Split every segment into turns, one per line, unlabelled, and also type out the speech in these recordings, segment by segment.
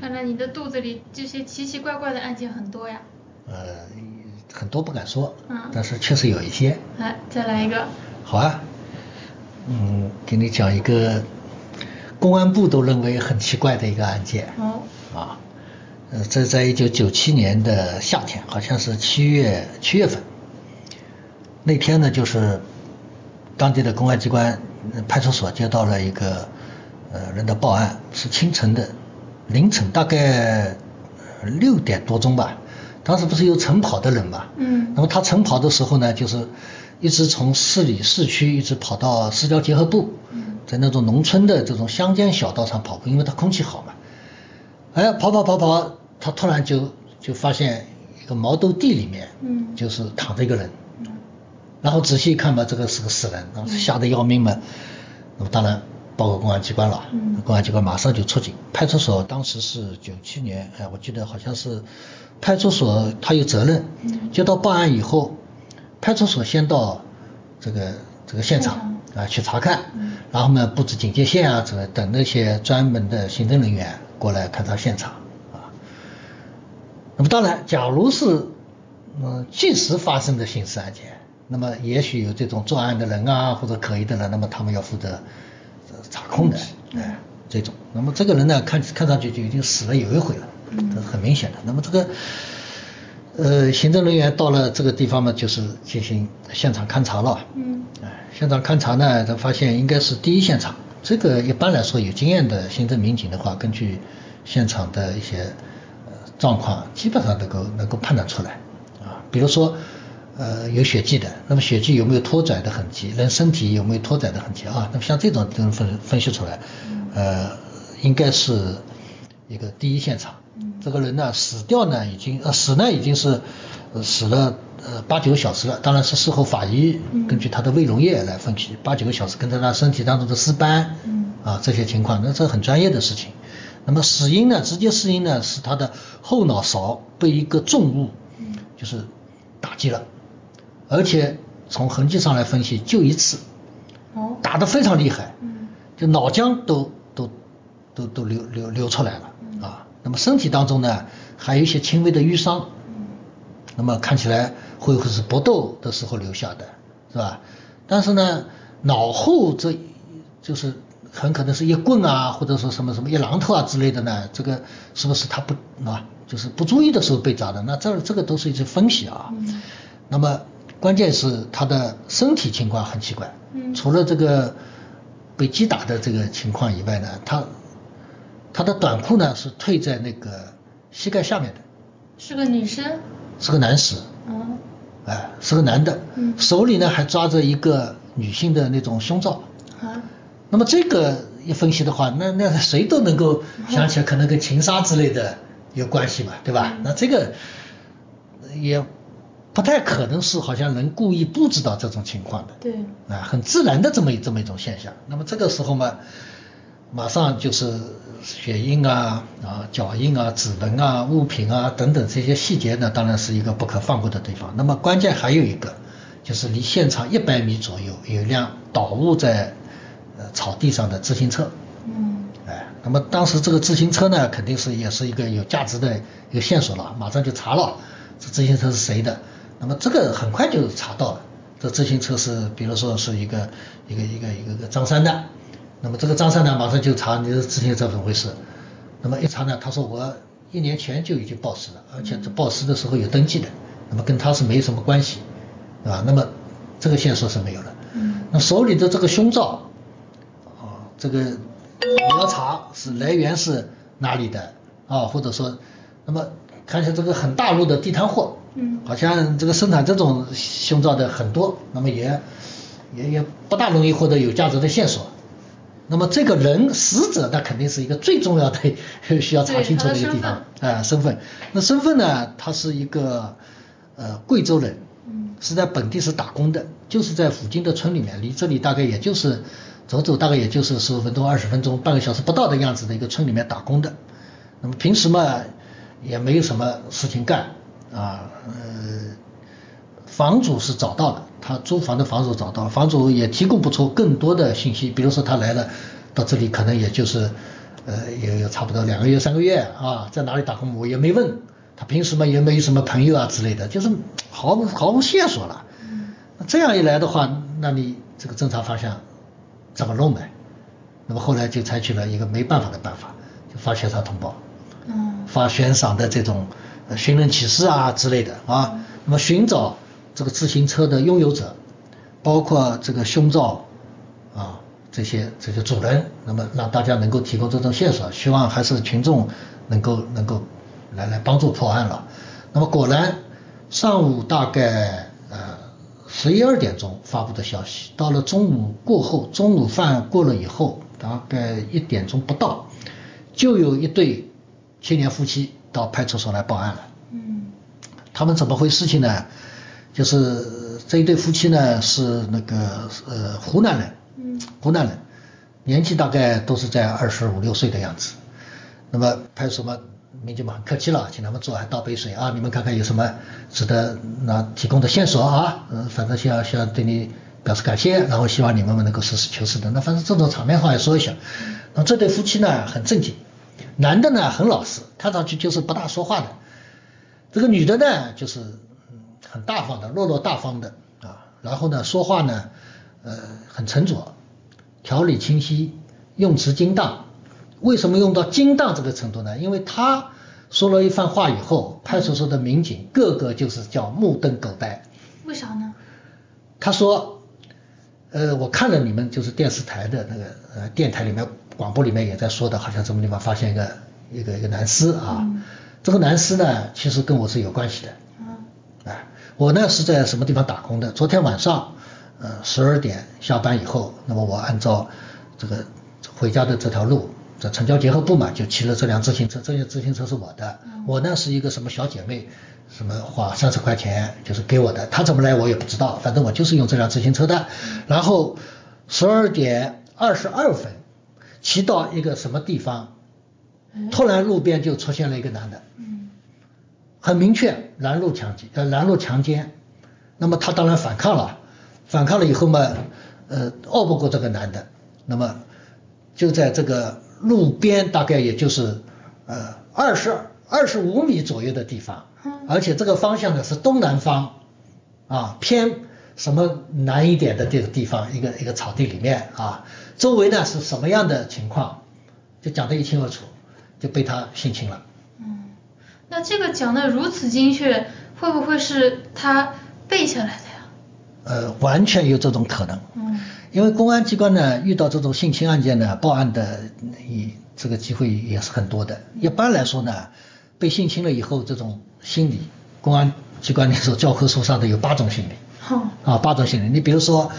看来你的肚子里这些奇奇怪怪的案件很多呀。
呃，很多不敢说，
嗯
但是确实有一些。
来，再来一个。
好啊，嗯，给你讲一个公安部都认为很奇怪的一个案件。
哦。
啊，呃，这在一九九七年的夏天，好像是七月七月份，那天呢，就是当地的公安机关呃派出所接到了一个呃人的报案，是清晨的凌晨，大概呃六点多钟吧。当时不是有晨跑的人嘛，
嗯
那么他晨跑的时候呢，就是一直从市里市区一直跑到市郊结合部，
嗯
在那种农村的这种乡间小道上跑步，因为它空气好嘛。哎，跑跑跑跑，他突然就就发现一个毛豆地里面，
嗯
就是躺着一个人，
嗯
然后仔细一看吧，这个是个死人，然后
嗯
吓得要命嘛，那么当然报给公安机关了，
嗯
公安机关马上就出警。派出所当时是九七年，哎，我记得好像是派出所他有责任，
嗯
接到报案以后，派出所先到这个这个现场
现
啊去查看
嗯，
然后呢布置警戒线啊之类，等那些专门的行政人员过来勘察现场啊。那么当然，假如是嗯即时发生的刑事案件，那么也许有这种作案的人啊或者可疑的人，那么他们要负责呃查控的，
嗯
哎，这种。那么这个人呢，看看上去就已经死了有一回了，
嗯
这是很明显的。那么这个呃行政人员到了这个地方呢，就是进行现场勘查了。
嗯
哎，现场勘查呢，他发现应该是第一现场。这个一般来说，有经验的刑侦民警的话，根据现场的一些呃状况，基本上能够能够判断出来啊。比如说，呃，有血迹的，那么血迹有没有拖拽的痕迹？人身体有没有拖拽的痕迹啊？那么像这种都能分分析出来，呃，应该是一个第一现场。
嗯
这个人呢死掉呢已经呃死呢已经是呃死了呃八九个小时了，当然是事后法医
嗯
根据他的胃溶液来分析，八九个小时跟着他身体当中的尸斑，
嗯
啊这些情况，那这很专业的事情。那么死因呢，直接死因呢是他的后脑勺被一个重物
嗯
就是打击了，而且从痕迹上来分析就一次，
哦。
打得非常厉害，
嗯
就脑浆都都都都流流流出来了
嗯
啊。那么身体当中呢，还有一些轻微的淤伤，
嗯
那么看起来会不会是搏斗的时候留下的，是吧？但是呢，脑后这就是很可能是一棍啊，或者说什么什么一榔头啊之类的呢，这个是不是他不啊，就是不注意的时候被砸的？那这这个都是一些分析啊。
嗯
那么关键是他的身体情况很奇怪，
嗯
除了这个被击打的这个情况以外呢，他他的短裤呢是退在那个膝盖下面的，
是个女生。
是个男士，
嗯
哎，是个男的，
嗯
手里呢还抓着一个女性的那种胸罩。
啊。
那么这个一分析的话，那那谁都 能够想起来，可能跟情杀之类的有关系嘛，对吧
嗯？
那这个也不太可能是好像人故意布置到这种情况的。
对。
啊，很自然的这么一这么一种现象。那么这个时候嘛，马上就是血印啊、啊脚印啊、指纹啊、物品啊等等这些细节呢，当然是一个不可放过的地方。那么关键还有一个，就是离现场一百米左右有一辆倒卧在呃草地上的自行车。
嗯
哎，那么当时这个自行车呢，肯定是也是一个有价值的一个线索了，马上就查了这自行车是谁的。那么这个很快就查到了，这自行车是比如说是一个一个一个一个一个张三的，那么这个张三呢，马上就查你的自行车怎么回事。那么一查呢，他说我一年前就已经报失了，而且这报失的时候有登记的，那么跟他是没什么关系，对吧？那么这个线索是没有了。
嗯
那手里的这个胸罩，啊，这个你要查是来源是哪里的啊，或者说，那么看起来这个很大陆的地摊货，
嗯
好像这个生产这种胸罩的很多，那么也也也不大容易获得有价值的线索。那么这个人死者，那肯定是一个最重要的 需要查清楚的一个地方啊、
对
身份。那身份呢，他是一个呃贵州人，
嗯
是在本地是打工的，就是在附近的村里面，离这里大概也就是走走大概也就是十五分钟、二十分钟、半个小时不到的样子的一个村里面打工的。那么平时嘛也没有什么事情干啊，呃，房主是找到了，他租房的房主找到了，房主也提供不出更多的信息，比如说他来了到这里可能也就是呃，有有差不多两个月、三个月啊，在哪里打工，我也没问他，平时嘛也没什么朋友啊之类的，就是毫无毫无线索了。
嗯
那这样一来的话，那你这个侦查方向怎么弄呢？那么后来就采取了一个没办法的办法，就发悬赏通报，
嗯
发悬赏的这种呃寻人启事啊之类的啊。那么寻找这个自行车的拥有者，包括这个胸罩啊这些这些主人，那么让大家能够提供这种线索，希望还是群众能够能够来来帮助破案了。那么果然，上午大概呃十一二点钟发布的消息，到了中午过后，中午饭过了以后，大概一点钟不到，就有一对青年夫妻到派出所来报案了。
嗯
他们怎么回事情呢？就是呃这一对夫妻呢是那个呃湖南人，
嗯
湖南人，年纪大概都是在二十五六岁的样子。那么派出所嘛，民警们很客气了，请他们坐，还倒杯水啊，你们看看有什么值得那提供的线索啊，呃，反正先要先要对你表示感谢，然后希望你们能够实事求是的。那反正这种场面话也说一下。那这对夫妻呢很正经，男的呢很老实，看上去就是不大说话的。这个女的呢，就是嗯很大方的，落落大方的啊，然后呢，说话呢，呃，很沉着，条理清晰，用词精当。为什么用到精当这个程度呢？因为她说了一番话以后，派出所的民警个个就是叫目瞪口呆。
为啥呢？
她说，呃，我看了你们就是电视台的那个呃电台里面广播里面也在说的，好像什么地方发现一个一个一个男尸啊，
嗯
这个男尸呢，其实跟我是有关系的。
啊
哎，我呢是在什么地方打工的？昨天晚上，呃，十二点下班以后，那么我按照这个回家的这条路，这城郊结合部嘛，就骑了这辆自行车，这辆自行车是我的，
嗯
我呢是一个什么小姐妹，什么花三十块钱就是给我的，她怎么来我也不知道，反正我就是用这辆自行车的。然后十二点二十二分，骑到一个什么地方，
哎
突然路边就出现了一个男的。
嗯
很明确拦路抢劫，呃，拦路强奸。那么他当然反抗了，反抗了以后嘛，呃，拗不过这个男的，那么就在这个路边，大概也就是呃二十二十五米左右的地方
嗯，
而且这个方向呢是东南方，啊，偏什么南一点的这个地方，一个一个草地里面啊，周围呢是什么样的情况，就讲得一清二楚，就被他性侵了。
嗯，那这个讲的如此精确，会不会是他背下来的呀？
呃，完全有这种可能。
嗯
因为公安机关呢，遇到这种性侵案件呢，报案的嗯也这个机会也是很多的。一般来说呢，被性侵了以后，这种心理，公安机关那时候教科书上的有八种心理。
哼
啊，八种心理。你比如说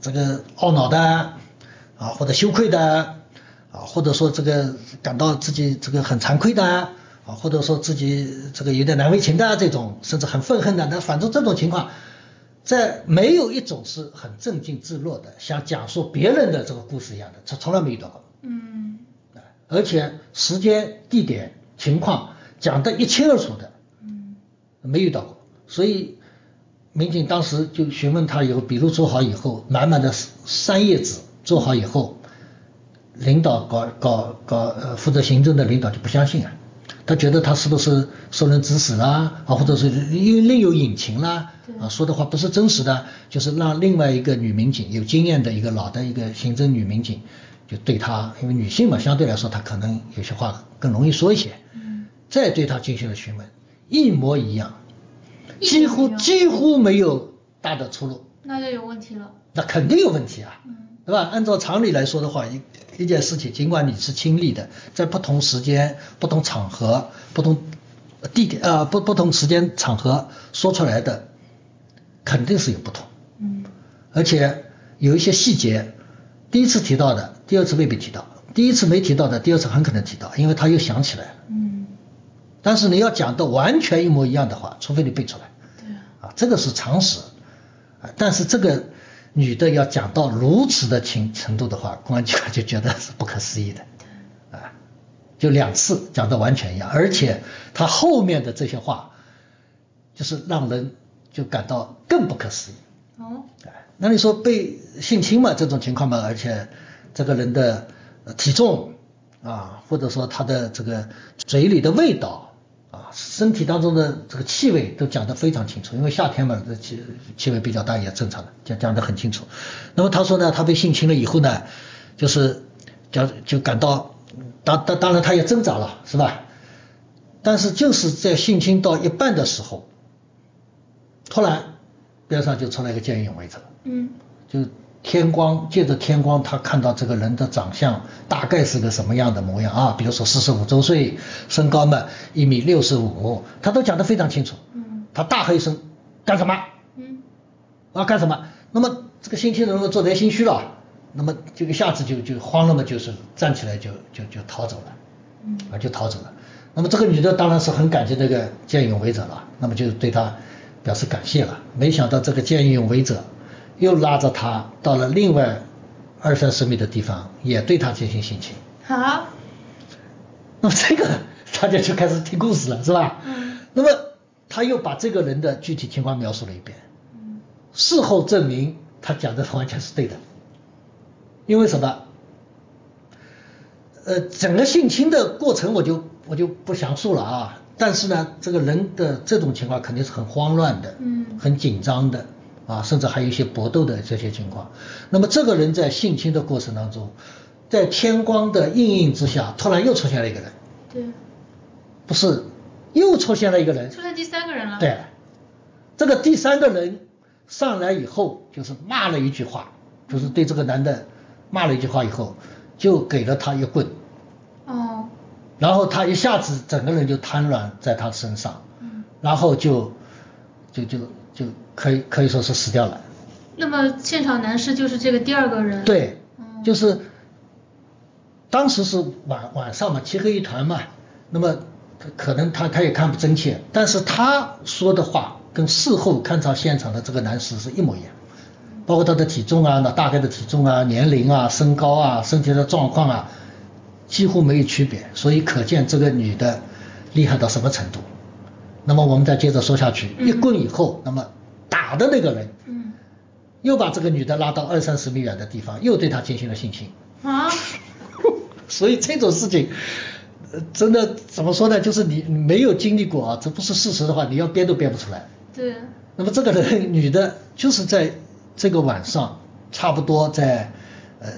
这个懊恼的啊，或者羞愧的啊，或者说这个感到自己这个很惭愧的啊，或者说自己这个有点难为情的啊这种，甚至很愤恨的，那反正这种情况。在没有一种是很镇静自若的，像讲述别人的这个故事一样的，从从来没遇到过。
嗯
而且时间、地点、情况讲得一清二楚的，
嗯
没遇到过，所以民警当时就询问他以后，笔录做好以后，满满的三页纸做好以后，领导搞搞搞呃负责行政的领导就不相信啊，他觉得他是不是受人指使啦，啊或者是另另有隐情啦，啊说的话不是真实的，就是让另外一个女民警有经验的一个老的一个行政女民警。就对她，因为女性嘛，相对来说她可能有些话更容易说一些，
嗯
再对他进行了询问，一模一样，
一模一样
几乎几乎没有大的出入，
那就有问题了。
那肯定有问题啊，
嗯
对吧？按照常理来说的话，一一件事情，尽管你是亲历的，在不同时间、不同场合、不同地点呃不不同时间场合说出来的，肯定是有不同，
嗯
而且有一些细节，第一次提到的，第二次未必提到；第一次没提到的，第二次很可能提到，因为他又想起来了。
嗯，
但是你要讲的完全一模一样的话，除非你背出来
对啊。
啊，这个是常识啊。但是这个女的要讲到如此的情程度的话，公安机关就觉得是不可思议的啊。就两次讲的完全一样，而且她后面的这些话，就是让人就感到更不可思议。
哦，
哎那你说被性侵嘛，这种情况嘛，而且这个人的呃体重啊，或者说他的这个嘴里的味道啊，身体当中的这个气味都讲得非常清楚，因为夏天嘛，这气气味比较大也正常的，讲讲得很清楚。那么他说呢，他被性侵了以后呢，就是讲就感到，当当当然他也挣扎了，是吧？但是就是在性侵到一半的时候，突然边上就出来一个见义勇为者，
嗯
就天光借着天光，他看到这个人的长相大概是个什么样的模样啊？比如说四十五周岁，身高嘛一米六十五，他都讲得非常清楚。
嗯
他大喝一声：“干什么？
嗯
啊，干什么？”那么这个性侵人物做贼心虚了，那么就一下子就就慌了嘛，就是站起来就就就逃走了。
嗯
啊就逃走了。那么这个女的当然是很感谢这个见义勇为者了，那么就对他表示感谢了。没想到这个见义勇为者又拉着她到了另外二三十米的地方，也对她进行性侵。
好，
那么这个 大家就开始听故事了，是吧？
嗯
那么他又把这个人的具体情况描述了一遍，
嗯
事后证明他讲的完全是对的，因为什么？呃，整个性侵的过程我就我就不详述了啊。但是呢，这个人的这种情况肯定是很慌乱的，
嗯
很紧张的啊，甚至还有一些搏斗的这些情况。那么这个人在性侵的过程当中，在天光的映映之下，突然又出现了一个人，
对，
不是，又出现了一个人，
出现第三个人了。
对，这个第三个人上来以后，就是骂了一句话，就是对这个男的骂了一句话以后，就给了他一棍，
哦，
然后他一下子整个人就瘫软在他身上，
嗯，
然后就就就就可以可以说是死掉了。
那么现场男士就是这个第二个人。
对
嗯，
就是当时是晚晚上嘛，漆黑一团嘛，那么可能他他也看不真切，但是他说的话跟事后勘察现场的这个男士是一模一样，
嗯
包括他的体重啊、那大概的体重啊、年龄啊、身高啊、身体的状况啊，几乎没有区别，所以可见这个女的厉害到什么程度。那么我们再接着说下去，
嗯
一棍以后，那么打的那个人
嗯
又把这个女的拉到二三十米远的地方，又对她进行了性侵。
啊，
所以这种事情，呃真的怎么说呢？就是你你没有经历过啊，这不是事实的话，你要编都编不出来。
对，
那么这个人女的，就是在这个晚上，差不多在呃，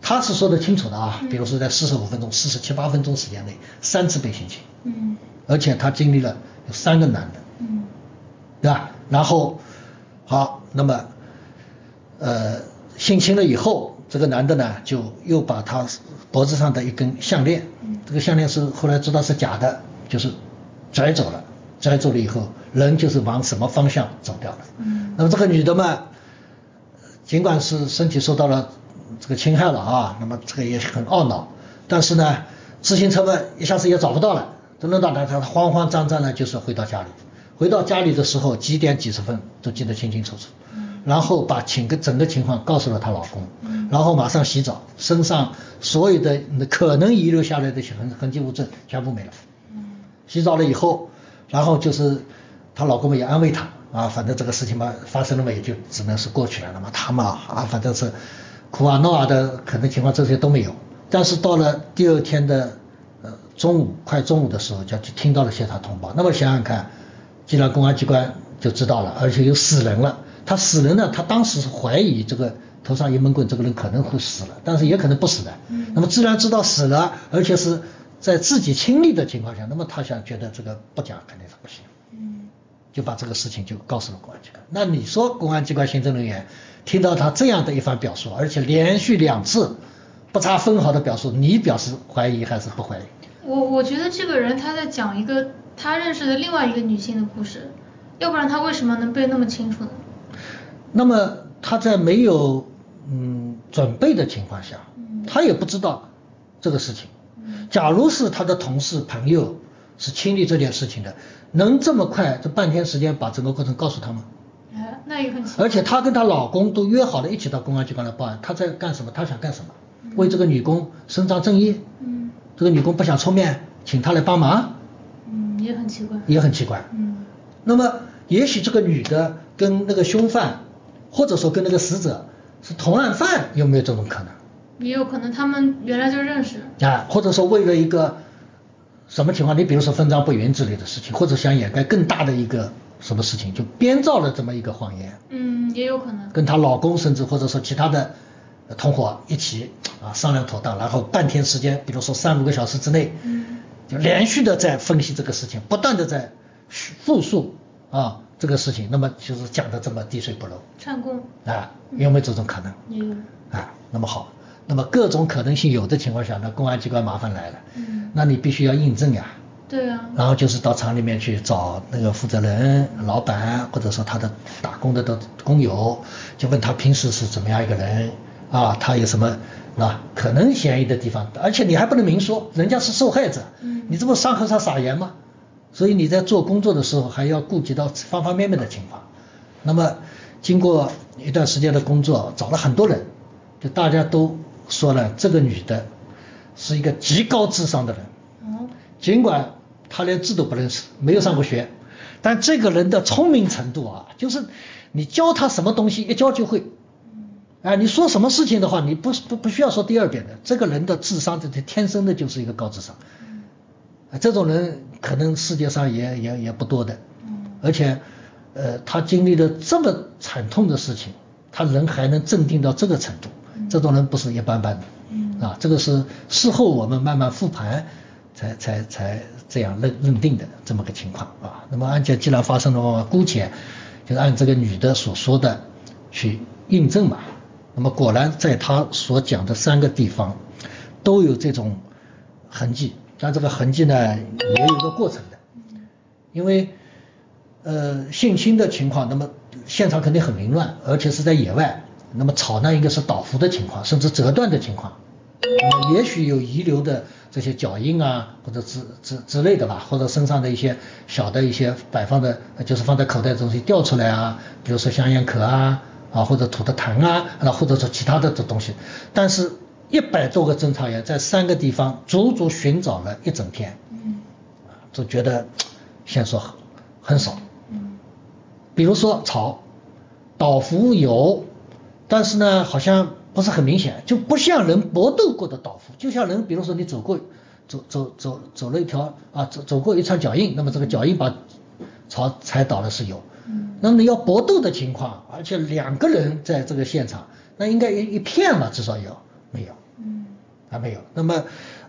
她是说的清楚的啊
嗯，
比如说在四十五分钟、四十七八分钟时间内，三次被性侵，
嗯
而且她经历了有三个男的。
嗯
对吧？然后好，那么呃性侵了以后，这个男的呢就又把他脖子上的一根项链
嗯，
这个项链是后来知道是假的，就是拽走了，拽走了以后人就是往什么方向走掉了。
嗯
那么这个女的嘛，尽管是身体受到了这个侵害了啊，那么这个也很懊恼，但是呢，自行车嘛一下子也找不到了，都弄到了，她慌慌张张的，就是回到家里。回到家里的时候几点几十分都记得清清楚楚，然后把整个整个情况告诉了她老公
嗯，
然后马上洗澡，身上所有的可能遗留下来的痕痕迹物证全部没了。
嗯
洗澡了以后，然后就是她老公们也安慰她啊，反正这个事情嘛发生了嘛，也就只能是过去了。那么她嘛啊，反正是哭啊闹啊的，可能情况这些都没有。但是到了第二天的呃中午，快中午的时候，就就听到了协查通报。那么想想看，既然公安机关就知道了，而且有死人了，他死人呢，他当时是怀疑这个头上一闷棍，这个人可能会死了，但是也可能不死的。
嗯
那么既然知道死了，而且是在自己亲历的情况下，那么他想觉得这个不讲肯定是不行，
嗯
就把这个事情就告诉了公安机关。那你说公安机关行政人员听到他这样的一番表述，而且连续两次不差分毫的表述，你表示怀疑还是不怀疑？
我我觉得这个人他在讲一个他认识的另外一个女性的故事，要不然他为什么能背那么清楚呢？
那么他在没有嗯准备的情况下
嗯，
他也不知道这个事情
嗯。
假如是他的同事朋友是亲历这件事情的，能这么快这半天时间把整个过程告诉他吗？
哎，那也很奇怪。
而且她跟她老公都约好了一起到公安机关来报案，她在干什么？她想干什么？为这个女工伸张正义？
嗯
这个女工不想出面，请她来帮忙，
嗯，也很奇怪。
也很奇怪。
嗯
那么，也许这个女的跟那个凶犯，或者说跟那个死者是同案犯，有没有这种可能？
也有可能他们原来就认识。
啊，或者说为了一个什么情况，你比如说分赃不匀之类的事情，或者想掩盖更大的一个什么事情，就编造了这么一个谎言，
嗯，也有可能。
跟她老公甚至或者说其他的呃同伙一起啊商量妥当，然后半天时间，比如说三五个小时之内，
嗯
就连续的在分析这个事情，不断的在复述啊这个事情，那么就是讲的这么滴水不漏
串供
啊，有没有这种可能？
也有。
啊，那么好，那么各种可能性有的情况下呢，公安机关麻烦来了，
嗯
那你必须要印证呀、
对啊，
然后就是到厂里面去找那个负责人、老板，或者说他的打工的的工友，就问他平时是怎么样一个人啊，他有什么啊可能嫌疑的地方，而且你还不能明说，人家是受害者，
嗯
你这不伤和尚撒盐吗？所以你在做工作的时候还要顾及到方方面面的情况。那么经过一段时间的工作，找了很多人，就大家都说了，这个女的是一个极高智商的人。
哦，
尽管他连字都不认识，没有上过学，但这个人的聪明程度啊，就是你教他什么东西，一教就会。哎，你说什么事情的话，你不不不需要说第二遍的。这个人的智商，这天生的就是一个高智商。
嗯
啊这种人可能世界上也也也不多的。
嗯
而且，呃，他经历了这么惨痛的事情，他人还能镇定到这个程度，这种人不是一般般的。
嗯
啊，这个是事后我们慢慢复盘才才才这样认认定的这么个情况啊。那么案件既然发生了，我姑且就是按这个女的所说的去印证嘛。那么果然在她所讲的三个地方都有这种痕迹，但这个痕迹呢也有个过程的。因为呃性侵的情况，那么呃现场肯定很凌乱，而且是在野外，那么草呢应该是倒伏的情况，甚至折断的情况，那么也许有遗留的这些脚印啊，或者之之之类的吧，或者身上的一些小的一些摆放的，呃就是放在口袋的东西掉出来啊，比如说香烟壳啊，啊或者吐的痰啊，那或者说其他的这东西，但是。一百多个侦查员在三个地方足足寻找了一整天，
嗯
就觉得线索很很少。
嗯
比如说草，岛服有，但是呢好像不是很明显，就不像人搏斗过的岛服，就像人，比如说你走过走走走走了一条啊走走过一串脚印，那么这个脚印把草踩倒了是有。
嗯
那么你要搏斗的情况，而且两个人在这个现场，那应该一一片吧，至少有没有？
嗯
还没有。那么，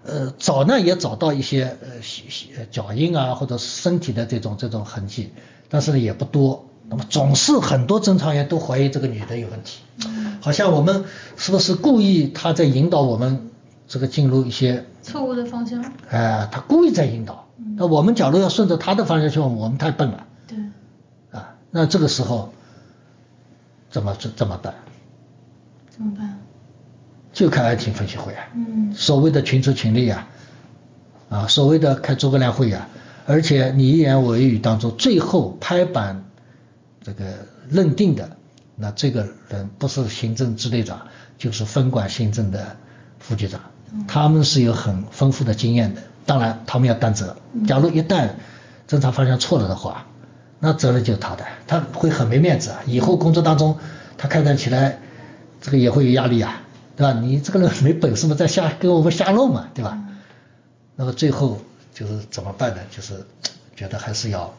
呃，找呢也找到一些呃西西呃脚印啊，或者是身体的这种这种痕迹，但是呢也不多。那么总是很多侦查员都怀疑这个女的有问题，
嗯，
好像我们是不是故意她在引导我们这个进入一些，
错误的方向。
呃，她故意在引导
嗯。
那我们假如要顺着她的方向去，我们太笨了
对，
啊。那这个时候怎么怎怎么办？
怎么办？
就开案情分析会啊。
嗯
所谓的群策群力啊，啊，所谓的开诸葛亮会啊，而且你一言我一语当中，最后拍板这个认定的，那这个人不是行政支队长，就是分管行政的副局长，他们是有很丰富的经验的，当然他们要担责。假如一旦侦查方向错了的话，那责任就是他的，他会很没面子啊，以后工作当中他开展起来。这个也会有压力啊，对吧？你这个人没本事嘛，在瞎跟我们瞎弄嘛，对吧？
嗯
那么最后就是怎么办呢？就是觉得还是要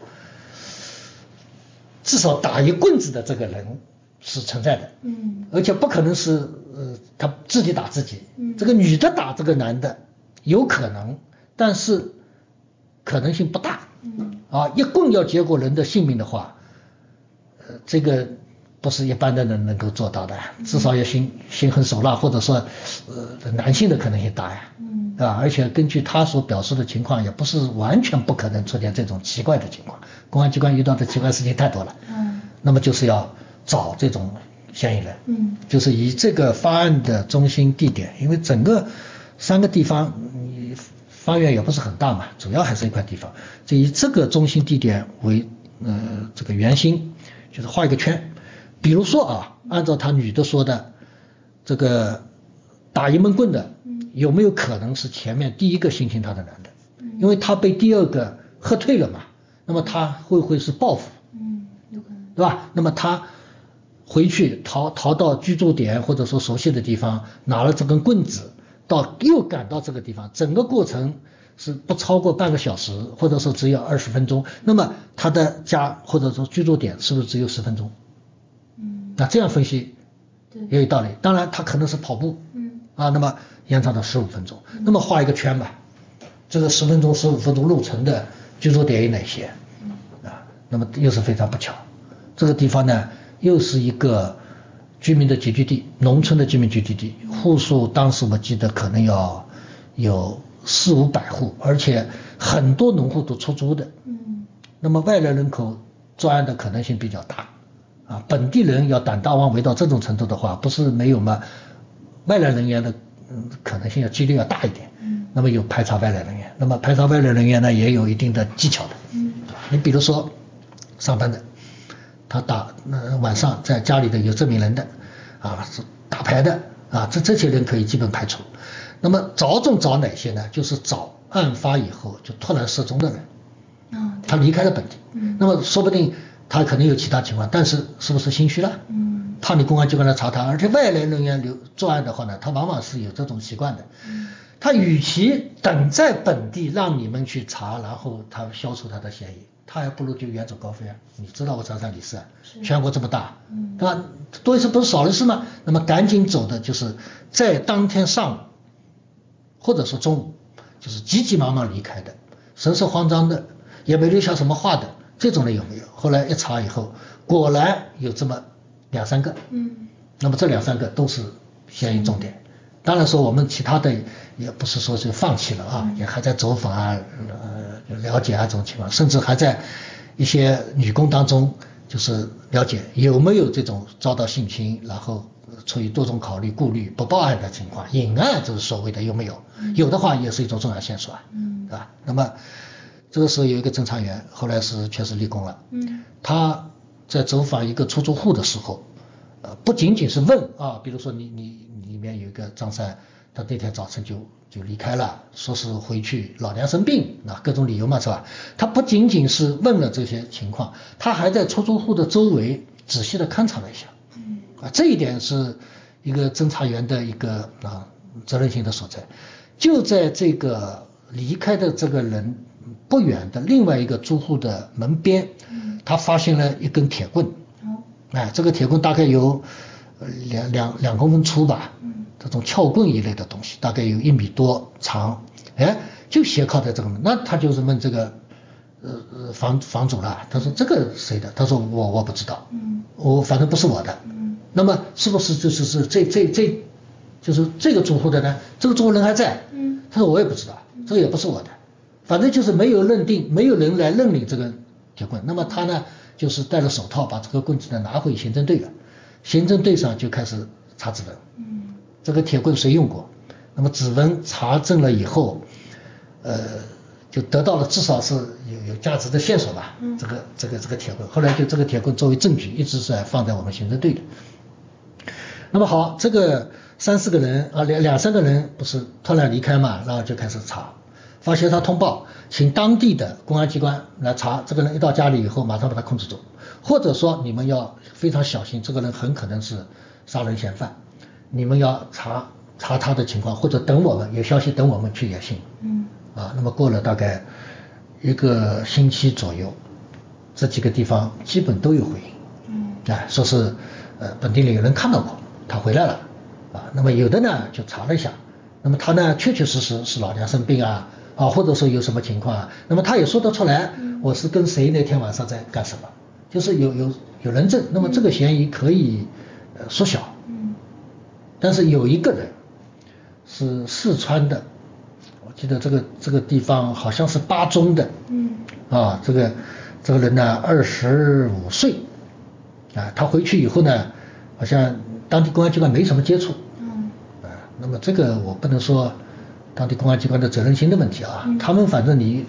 至少打一棍子的这个人是存在的，
嗯
而且不可能是呃他自己打自己
嗯，
这个女的打这个男的有可能，但是可能性不大。
嗯
啊，一共要结果人的性命的话，呃，这个不是一般的人能够做到的，
嗯
至少要心心狠手辣，或者说，呃，男性的可能性大呀，
嗯
啊，而且根据他所表述的情况，也不是完全不可能出现这种奇怪的情况。公安机关遇到的奇怪事情太多了，
嗯
那么就是要找这种嫌疑人，
嗯
就是以这个发案的中心地点，因为整个三个地方，你方圆也不是很大嘛，主要还是一块地方，就以这个中心地点为呃这个圆心，就是画一个圈。比如说啊，按照他女的说的，这个打一闷棍的
嗯，
有没有可能是前面第一个性侵她的男的
嗯？
因为他被第二个喝退了嘛，那么他会不会是报复？
嗯，有可能。
对吧？那么他回去逃逃到居住点或者说熟悉的地方，拿了这根棍子，到又赶到这个地方，整个过程是不超过半个小时，或者说只有二十分钟。那么他的家或者说居住点是不是只有十分钟？
嗯，
那这样分析也
对，
有道理。当然，他可能是跑步
嗯
啊，那么延长到十五分钟。那么画一个圈吧，这个十分钟、十五分钟路程的居住点有哪些？
嗯
啊，那么又是非常不巧，这个地方呢又是一个居民的聚居地，农村的居民聚居地，户数当时我记得可能要有四五百户，而且很多农户都出租的，
嗯
那么外来人口作案的可能性比较大，啊，本地人要胆大妄为到这种程度的话，不是没有吗？外来人员的嗯可能性要几率要大一点，
嗯
那么有排查外来人员，那么排查外来人员呢也有一定的技巧的。
嗯
你比如说上班的，他打呃晚上在家里的有证明人的，啊是打牌的啊，这这些人可以基本排除。那么着重找哪些呢？就是找案发以后就突然失踪的人，
啊
他
对，
离开了本地
嗯，
那么说不定他可能有其他情况，但是是不是心虚了？
嗯
怕你公安机关来查他，而且外来人员留作案的话呢，他往往是有这种习惯的。
嗯
他与其等在本地让你们去查，然后他消除他的嫌疑，他还不如就远走高飞啊！你知道我长沙李四啊，
是
全国这么大，
嗯
对吧？多一事不如少一事嘛。那么赶紧走的就是在当天上午，或者说中午，就是急急忙忙离开的，神色慌张的，也没留下什么话的，这种人有没有？后来一查以后，果然有这么两三个。
嗯
那么这两三个都是嫌疑重点。当然说我们其他的也不是说是放弃了啊，也还在走访啊、呃了解啊这种情况，甚至还在一些女工当中就是了解有没有这种遭到性侵，然后出于多种考虑顾虑不报案的情况，隐案就是所谓的有没有？有的话也是一种重要线索啊，
嗯
对吧？那么这个时候有一个侦查员，后来是确实立功了。
嗯
他在走访一个出租户的时候，呃，不仅仅是问啊，比如说你你你里面有一个张三，他那天早晨就就离开了，说是回去老娘生病，那各种理由嘛是吧？他不仅仅是问了这些情况，他还在出租户的周围仔细的勘察了一下，
嗯
啊，这一点是一个侦查员的一个啊责任心的所在。就在这个离开的这个人不远的另外一个租户的门边，
嗯
他发现了一根铁棍，
好
哎，这个铁棍大概有呃两两两公分粗吧，
嗯
这种撬棍一类的东西，大概有一米多长，哎，就斜靠在这个门，那他就是问这个呃呃房房主了，他说这个谁的？他说我我不知道，
嗯
我反正不是我的。
嗯
那么是不是就是是这这这，就是这个住户的呢？这个住户人还在，
嗯
他说我也不知道，这个也不是我的，反正就是没有认定，没有人来认领这个铁棍。那么他呢，就是戴着手套把这个棍子呢拿回刑侦队了，刑侦队上就开始查指纹，
嗯
这个铁棍谁用过？那么指纹查证了以后，呃，就得到了至少是有有价值的线索吧。
嗯
这个这个这个铁棍，后来就这个铁棍作为证据，一直是放在我们刑侦队的。那么好，这个三四个人啊，两两三个人不是突然离开嘛，然后就开始查，发现他通报，请当地的公安机关来查，这个人一到家里以后，马上把他控制住，或者说你们要非常小心，这个人很可能是杀人嫌犯，你们要查查他的情况，或者等我们有消息等我们去也行。
嗯
啊，那么过了大概一个星期左右，这几个地方基本都有回应，
嗯
啊，说是呃本地里有人看到过，他回来了，啊，那么有的呢就查了一下，那么他呢确确实实是老娘生病啊，啊或者说有什么情况啊，那么他也说得出来，我是跟谁那天晚上在干什么，就是有有有人证，那么这个嫌疑可以呃缩小，
嗯
但是有一个人是四川的，我记得这个这个地方好像是巴中的，
嗯
啊，这个这个人呢二十五岁，啊，他回去以后呢，好像当地公安机关没什么接触，
嗯
啊，那么这个我不能说当地公安机关的责任心的问题啊，
嗯
他们反正你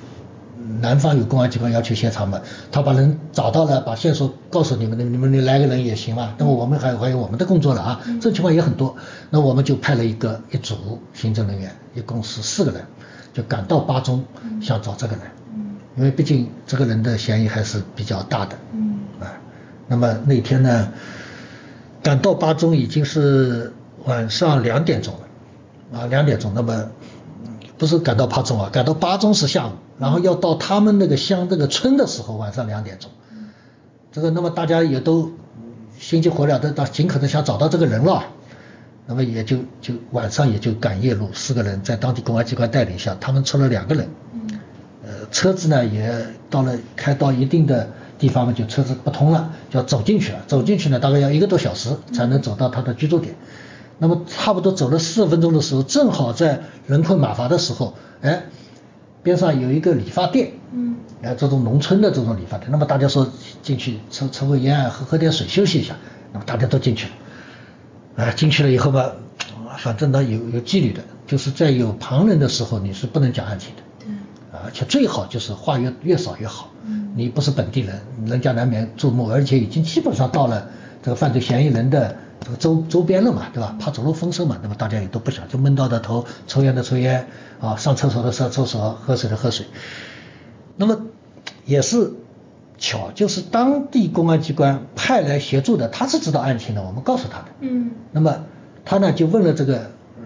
南方有公安机关要求协查嘛，他把人找到了，把线索告诉你们，你们你们来个人也行嘛。那么我们还有还有我们的工作了啊，
嗯
这种情况也很多。那我们就派了一个一组行政人员，一共是四个人，就赶到巴中
嗯
想找这个人，
嗯
因为毕竟这个人的嫌疑还是比较大的。
嗯
啊，那么那天呢，赶到巴中已经是晚上两点钟了，啊，两点钟，那么嗯不是赶到巴中啊，赶到巴中是下午，然后要到他们那个乡那个村的时候，晚上两点钟。这个那么大家也都心急火燎的，到尽可能想找到这个人了，那么也就就晚上也就赶夜路，四个人在当地公安机关带领下，他们出了两个人，
嗯
呃，车子呢也到了开到一定的地方嘛，就车子不通了，就要走进去了。走进去呢，大概要一个多小时才能走到他的居住点。那么差不多走了四十分钟的时候，正好在人困马乏的时候，哎，边上有一个理发店，
嗯
哎，这种农村的这种理发店，那么大家说进去抽抽个烟啊，喝喝点水，休息一下，那么大家都进去了。啊，进去了以后嘛，反正呢有有纪律的，就是在有旁人的时候你是不能讲案情的。
对，
而且最好就是话越越少越好
嗯。
你不是本地人，人家难免注目，而且已经基本上到了这个犯罪嫌疑人的这个周周边了嘛，对吧？怕走漏风声嘛，那么大家也都不想，就闷到的头，抽烟的抽烟，啊，上厕所的上厕所，喝水的喝水。那么也是巧，就是当地公安机关派来协助的，他是知道案情的，我们告诉他的。
嗯
那么他呢就问了这个呃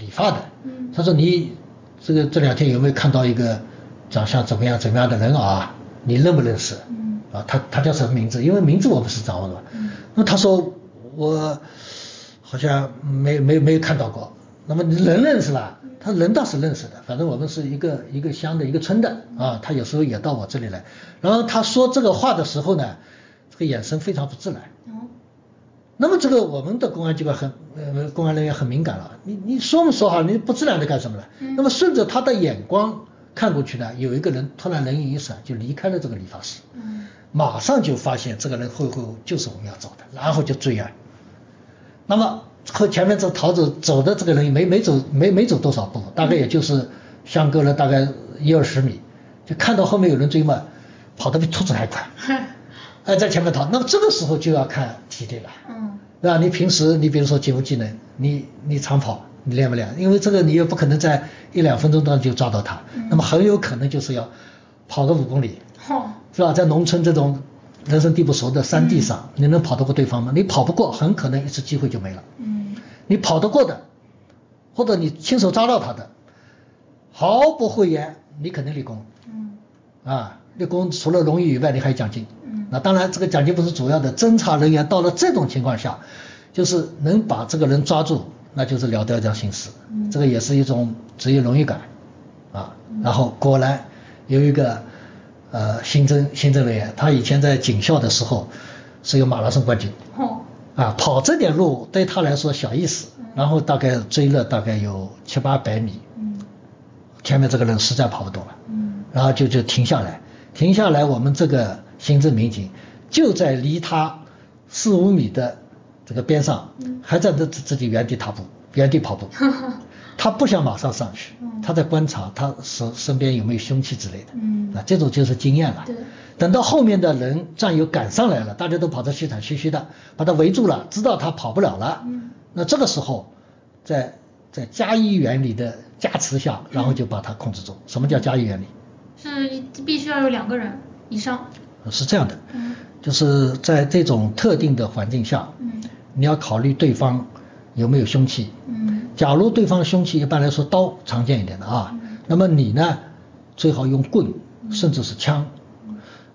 理发的，
嗯
他说你这个这两天有没有看到一个长相怎么样怎么样的人啊？你认不认识？
嗯
啊，他他叫什么名字？因为名字我们是掌握的嘛。
嗯
那他说我好像没没没有看到过。那么你人认识吧？
嗯
他人倒是认识的，反正我们是一个一个乡的一个村的啊，他有时候也到我这里来。然后他说这个话的时候呢，这个眼神非常不自然。
哦
那么这个我们的公安机关很呃公安人员很敏感了，你你说没说好，你不自然的干什么了？
嗯
那么顺着他的眼光看过去呢，有一个人突然人影一闪就离开了这个理发室，
嗯
马上就发现这个人会会就是我们要找的，然后就追啊。那么和前面这逃走走的这个人没没走没没走多少步，大概也就是相隔了大概一二十米，就看到后面有人追嘛，跑得比兔子还快，哎在前面逃。那么这个时候就要看体力了。
嗯
那你平时你比如说技术技能，你你长跑你练不练？因为这个你也不可能在一两分钟当中就抓到它，
嗯
那么很有可能就是要跑个五公里，
哦
是吧？在农村这种人生地不熟的山地上，你能跑得过对方吗？你跑不过，很可能一次机会就没了。
嗯
你跑得过的，或者你亲手抓到他的，毫不讳言，你肯定立功。
嗯
啊，立功除了荣誉以外，你还有奖金。
嗯
那当然，这个奖金不是主要的。侦查人员到了这种情况下，就是能把这个人抓住，那就是了得一桩心事。
嗯
这个也是一种职业荣誉感啊。然后果然有一个呃刑侦刑侦人员，他以前在警校的时候是有马拉松冠军
哦
啊，跑这点路对他来说小意思
嗯。
然后大概追了大概有七八百米，
嗯
前面这个人实在跑不动了。
嗯
然后就就停下来，停下来，我们这个刑侦民警就在离他四五米的这个边上
嗯，
还在这自自己原地踏步，原 地跑步，他不想马上上去
嗯，
他在观察他身身边有没有凶器之类的，
嗯
那这种就是经验了
对。
等到后面的人战友赶上来了，大家都跑得气喘吁吁的，把他围住了，知道他跑不了了
嗯，
那这个时候在在加一原理的加持下，
嗯
然后就把他控制住。什么叫加一原理？
是一必须要有两个人以上
是这样的
嗯，
就是在这种特定的环境下，
嗯
你要考虑对方有没有凶器。
嗯
假如对方凶器一般来说刀常见一点的啊
嗯，
那么你呢最好用棍，甚至是枪。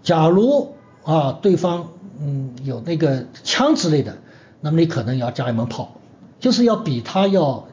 假如啊对方嗯有那个枪之类的，那么你可能要加一门炮，就是要比他要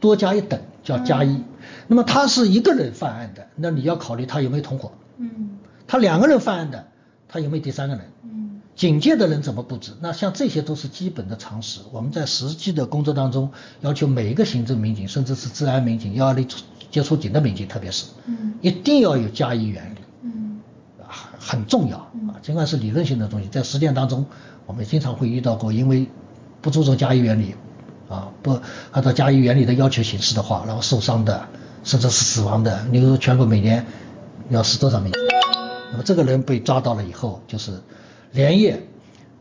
多加一等，叫加一。那么他是一个人犯案的，那你要考虑他有没有同伙。
嗯
他两个人犯案的，他有没有第三个人？
嗯
警戒的人怎么布置？那像这些都是基本的常识。我们在实际的工作当中，要求每一个行政民警，甚至是治安民警，要接触接触警的民警，特别是
嗯
一定要有加以原理，
嗯
啊，很重要
嗯
啊。尽管是理论性的东西，在实践当中，我们经常会遇到过，因为不注重加以原理，啊，不按照加以原理的要求行事的话，然后受伤的，甚至是死亡的。你说全国每年要死多少名？那么这个人被抓到了以后，就是连夜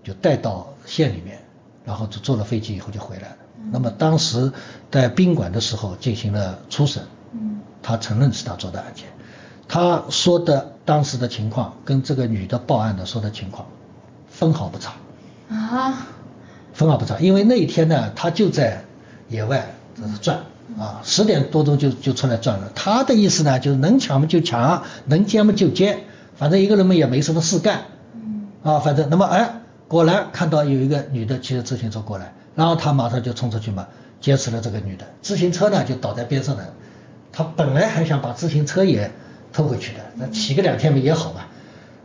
就带到县里面，然后就坐了飞机以后就回来了。那么当时在宾馆的时候进行了初审，
嗯
他承认是他做的案件，他说的当时的情况跟这个女的报案的说的情况分毫不差，
啊
分毫不差，因为那一天呢，他就在野外就是转啊，十点多钟就就出来转了。他的意思呢，就是能抢么就抢，能接么就接，反正一个人们也没什么事干
嗯
啊，反正那么哎，果然看到有一个女的骑着自行车过来，然后他马上就冲出去嘛，劫持了这个女的，自行车呢就倒在边上了。他本来还想把自行车也偷回去的，那骑个两天嘛也好嘛。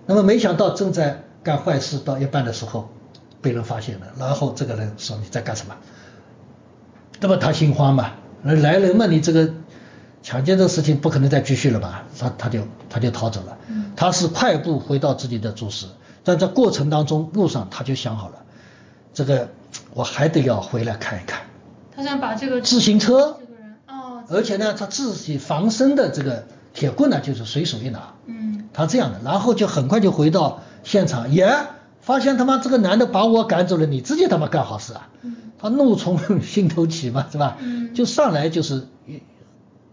那么没想到正在干坏事到一半的时候，被人发现了，然后这个人说你在干什么？那么他心慌嘛，来来人嘛，你这个强奸的事情不可能再继续了吧？他他就他就逃走了
嗯。
他是快步回到自己的住室，但在过程当中路上他就想好了，这个我还得要回来看一看。
他想把这个
自行车
这个人哦，
而且呢，他自己防身的这个铁棍呢，就是随手一拿，
嗯
他这样的，然后就很快就回到现场，也发现他妈这个男的把我赶走了，你自己他妈干好事啊！
嗯
他怒从心头起嘛，是吧？
嗯
就上来就是一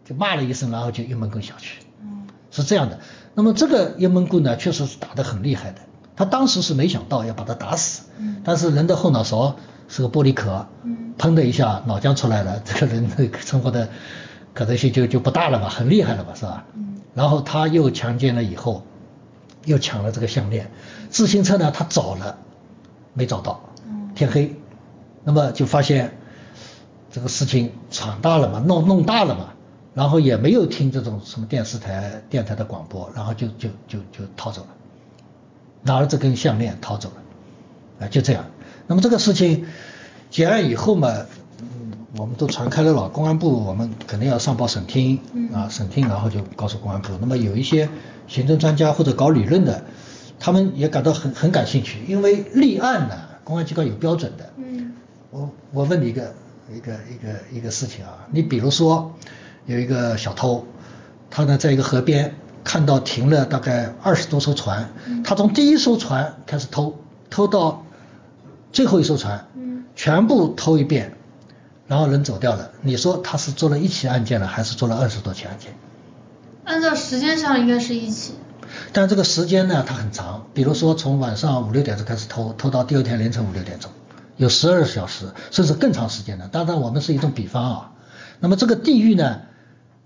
就骂了一声，然后就一闷棍下去，
嗯
是这样的。那么这个一闷棍呢，确实是打得很厉害的，他当时是没想到要把他打死，
嗯
但是人的后脑勺是个玻璃壳，
嗯
砰的一下脑浆出来了， 这个人的生活的可能性就就不大了吧，很厉害了吧，是吧？
嗯
然后他又强奸了以后，又抢了这个项链，自行车呢他找了，没找到，
嗯
天黑，那么就发现这个事情闯大了嘛，弄弄大了嘛，然后也没有听这种什么电视台、电台的广播，然后就就就就逃走了，拿了这根项链逃走了，啊，就这样。那么这个事情结案以后嘛，嗯，我们都传开了了，公安部我们肯定要上报审听
嗯，
啊，审听然后就告诉公安部。那么有一些行政专家或者搞理论的，他们也感到很很感兴趣，因为立案呢，公安机关有标准的。
嗯
我我问你一个一个一个一个事情啊，你比如说有一个小偷，他呢在一个河边看到停了大概二十多艘船
嗯，
他从第一艘船开始偷，偷到最后一艘船，
嗯
全部偷一遍，然后人走掉了。你说他是做了一起案件了，还是做了二十多起案件？
按照时间上应该是一起，
但这个时间呢，它很长，比如说从晚上五六点钟开始偷，偷到第二天凌晨五六点钟，有十二小时，甚至更长时间的。当然，我们是一种比方啊。那么这个地域呢，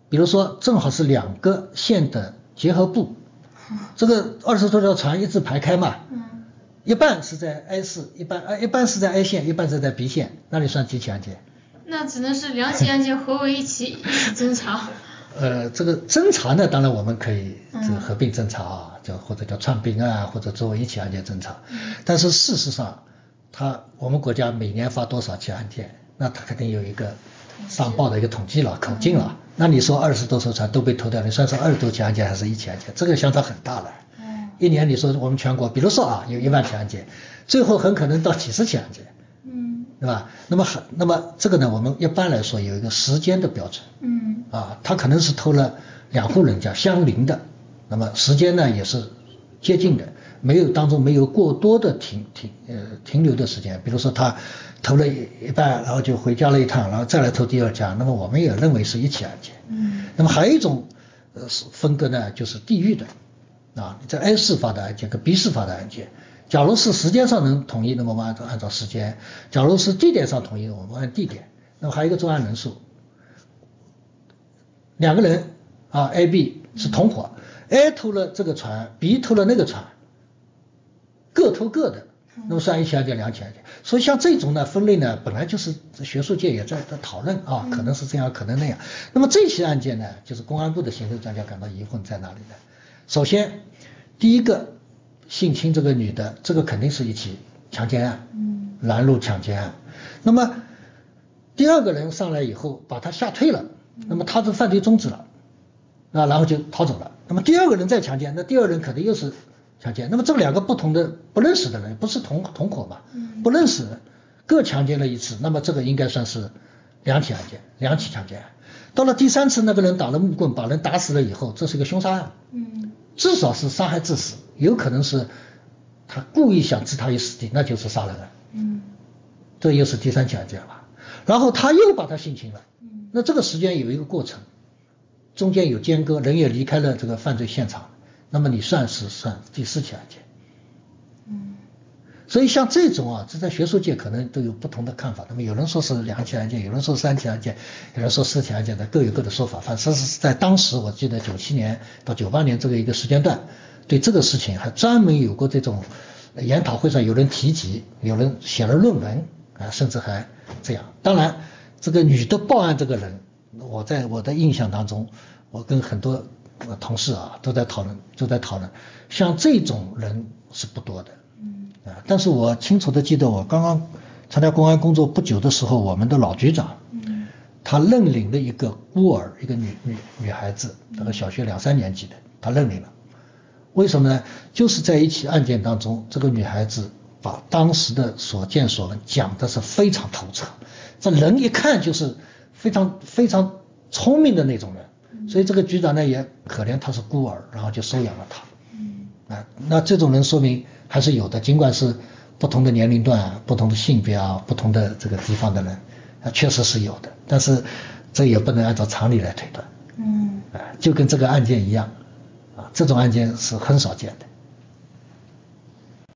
比如说正好是两个县的结合部，这个二十多条船一字排开嘛，
嗯
一半是在 A 市，一半呃一半是在 A 县，一半是在 B 县，那你算几起案件？
那只能是两起案件合为一起一起侦查。
呃，这个侦查呢，当然我们可以
嗯
这个合并侦查啊，叫或者叫串并案啊，或者作为一起案件侦查
嗯。
但是事实上，他我们国家每年发多少起案件，那他肯定有一个上报的一个统计了、口径
嗯
了。那你说二十多艘船都被偷掉，你算是二十多起案件还是一起案件？这个相差很大了。
嗯
一年你说我们全国，比如说啊，有一万起案件，最后很可能到几十起案件，
嗯
对吧？那么很，那么这个呢，我们一般来说有一个时间的标准。
嗯
啊，他可能是偷了两户人家相邻的，那么时间呢也是接近的，没有当中没有过多的停停呃停留的时间，比如说他偷了一一半，然后就回家了一趟，然后再来偷第二家，那么我们也认为是一起案件。
嗯
那么还有一种呃是分割呢，就是地域的啊，你在 A 市发的案件跟 B 市发的案件，假如是时间上能统一，那么我们按照按照时间；假如是地点上统一，我们按地点。那么还有一个作案人数，两个人啊 A、B 是同伙、a 偷了这个船，B 偷了那个船，各偷各的。那么算一起案件、两起案件，所以像这种呢分类呢，本来就是学术界也在在讨论啊，可能是这样，可能那样。那么这起案件呢，就是公安部的行政专家感到疑惑在哪里呢？首先，第一个性侵这个女的，这个肯定是一起强奸案，
嗯
拦路抢劫案。那么第二个人上来以后把他吓退了，那么他的犯罪终止了，啊，然后就逃走了。那么第二个人再强奸，那第二人肯定又是强奸。那么这两个不同的不认识的人，不是同同伙嘛
嗯，
不认识的人各强奸了一次，那么这个应该算是两起案件，两起强奸案。到了第三次，那个人打了木棍把人打死了以后，这是一个凶杀案。
嗯
至少是杀害致死，有可能是他故意想置他于死地，那就是杀人了。
嗯
这又是第三起案件了。然后他又把他性侵了，
嗯
那这个时间有一个过程，中间有间隔，人也离开了这个犯罪现场，那么你算是算第四起案件。
嗯
所以像这种啊，这在学术界可能都有不同的看法。那么有人说是两起案件，有人说三起案件，有人说四起案件的，各有各的说法。反正是在当时，我记得九七年到九八年这个一个时间段，对这个事情还专门有过这种研讨会上有人提及，有人写了论文啊，甚至还这样。当然，这个女的报案这个人，我在我的印象当中，我跟很多呃同事啊都在讨论，都在讨论，像这种人是不多的。啊，但是我清楚的记得，我刚刚参加公安工作不久的时候，我们的老局长，
嗯
他认领了一个孤儿，一个女女女孩子，大概小学两三年级的，他认领了。为什么呢？就是在一起案件当中，这个女孩子把当时的所见所闻讲的是非常透彻，这人一看就是非常非常聪明的那种人，所以这个局长呢也可怜她是孤儿，然后就收养了她。
嗯
啊，那这种人说明还是有的，尽管是不同的年龄段、啊、不同的性别啊、不同的这个地方的人，啊，确实是有的。但是这也不能按照常理来推断，
嗯
啊，就跟这个案件一样，啊，这种案件是很少见的。